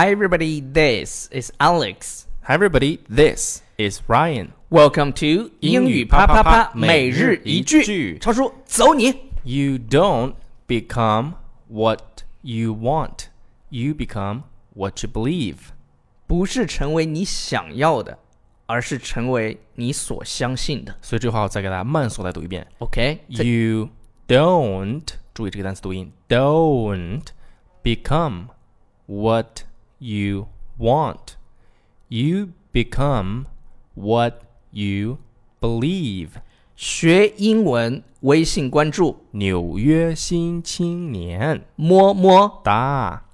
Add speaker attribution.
Speaker 1: Hi, everybody. This is Alex.
Speaker 2: Hi everybody, this is Ryan.
Speaker 1: Welcome to 英语啪啪啪每日一
Speaker 2: 每日一
Speaker 1: 句。
Speaker 2: 句
Speaker 1: 超叔，走你！
Speaker 2: You don't become what you want. You become what you believe.
Speaker 1: 不是成为你想要的，而是成为你所相信的。
Speaker 2: 所以这句话我再给大家慢速来读一遍。
Speaker 1: OK，这
Speaker 2: You don't 注意这个单词读音，don't become what you want. You become what you believe.
Speaker 1: 学英文，微信关注
Speaker 2: 纽约新青年，
Speaker 1: 么么
Speaker 2: 哒。